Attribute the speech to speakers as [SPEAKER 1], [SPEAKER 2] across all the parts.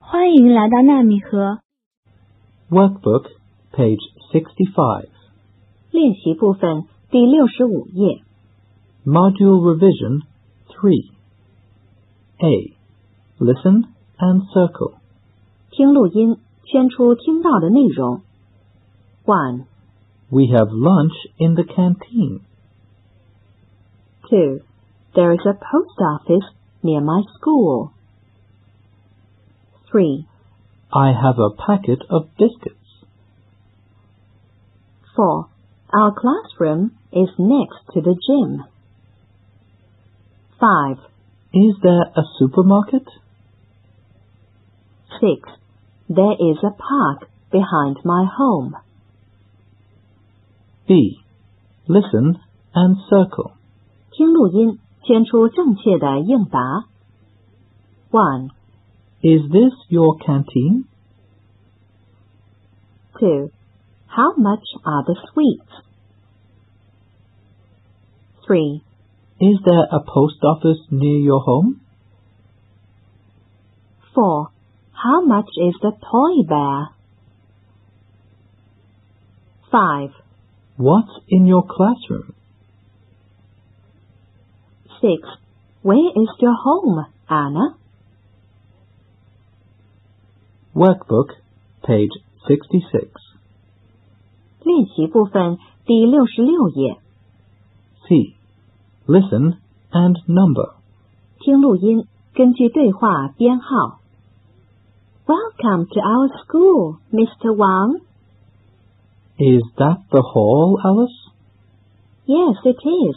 [SPEAKER 1] 欢迎来到纳米盒
[SPEAKER 2] Workbook, page 65.
[SPEAKER 3] 练习部分第六十五页
[SPEAKER 2] Module Revision 3. A. Listen and circle.
[SPEAKER 3] 听录音，圈出听到的内容。One,
[SPEAKER 2] We have lunch in the canteen.
[SPEAKER 3] two. There is a post office near my school. Three,
[SPEAKER 2] I have a packet of biscuits.
[SPEAKER 3] four. Our classroom is next to the gym. Five,
[SPEAKER 2] Is there a supermarket?
[SPEAKER 3] six. There is a park behind my home.
[SPEAKER 2] B. Listen and circle.
[SPEAKER 3] 听录音，圈出正确的应答。One,
[SPEAKER 2] Is this your canteen?
[SPEAKER 3] two. How much are the sweets? Three,
[SPEAKER 2] Is there a post office near your home?
[SPEAKER 3] four. How much is the toy bear? Five,
[SPEAKER 2] What's in your classroom?
[SPEAKER 3] six. Where is your home, Anna?
[SPEAKER 2] Workbook, page 66.
[SPEAKER 3] 练习部分第六十六页，
[SPEAKER 2] C. Listen and number.
[SPEAKER 3] 听录音，根据对话编号。Welcome to our school, Mr. Wang.
[SPEAKER 2] Is that the hall, Alice?
[SPEAKER 3] Yes, it is.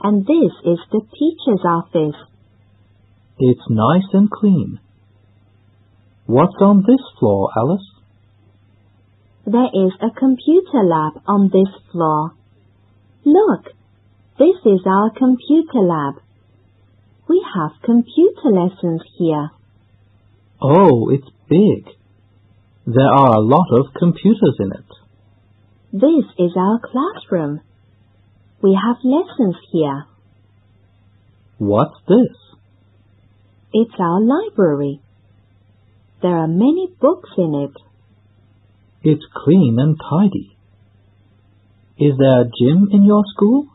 [SPEAKER 3] And this is the teacher's office.
[SPEAKER 2] It's nice and clean. What's on this floor, Alice?
[SPEAKER 3] There is a computer lab on this floor. Look, this is our computer lab. We have computer lessons here.
[SPEAKER 2] Oh, it's big. There are a lot of computers in it.
[SPEAKER 3] This is our classroom. We have lessons here.
[SPEAKER 2] What's this?
[SPEAKER 3] It's our library. There are many books in it.
[SPEAKER 2] It's clean and tidy. Is there a gym in your school?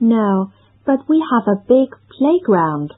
[SPEAKER 3] No, but we have a big playground.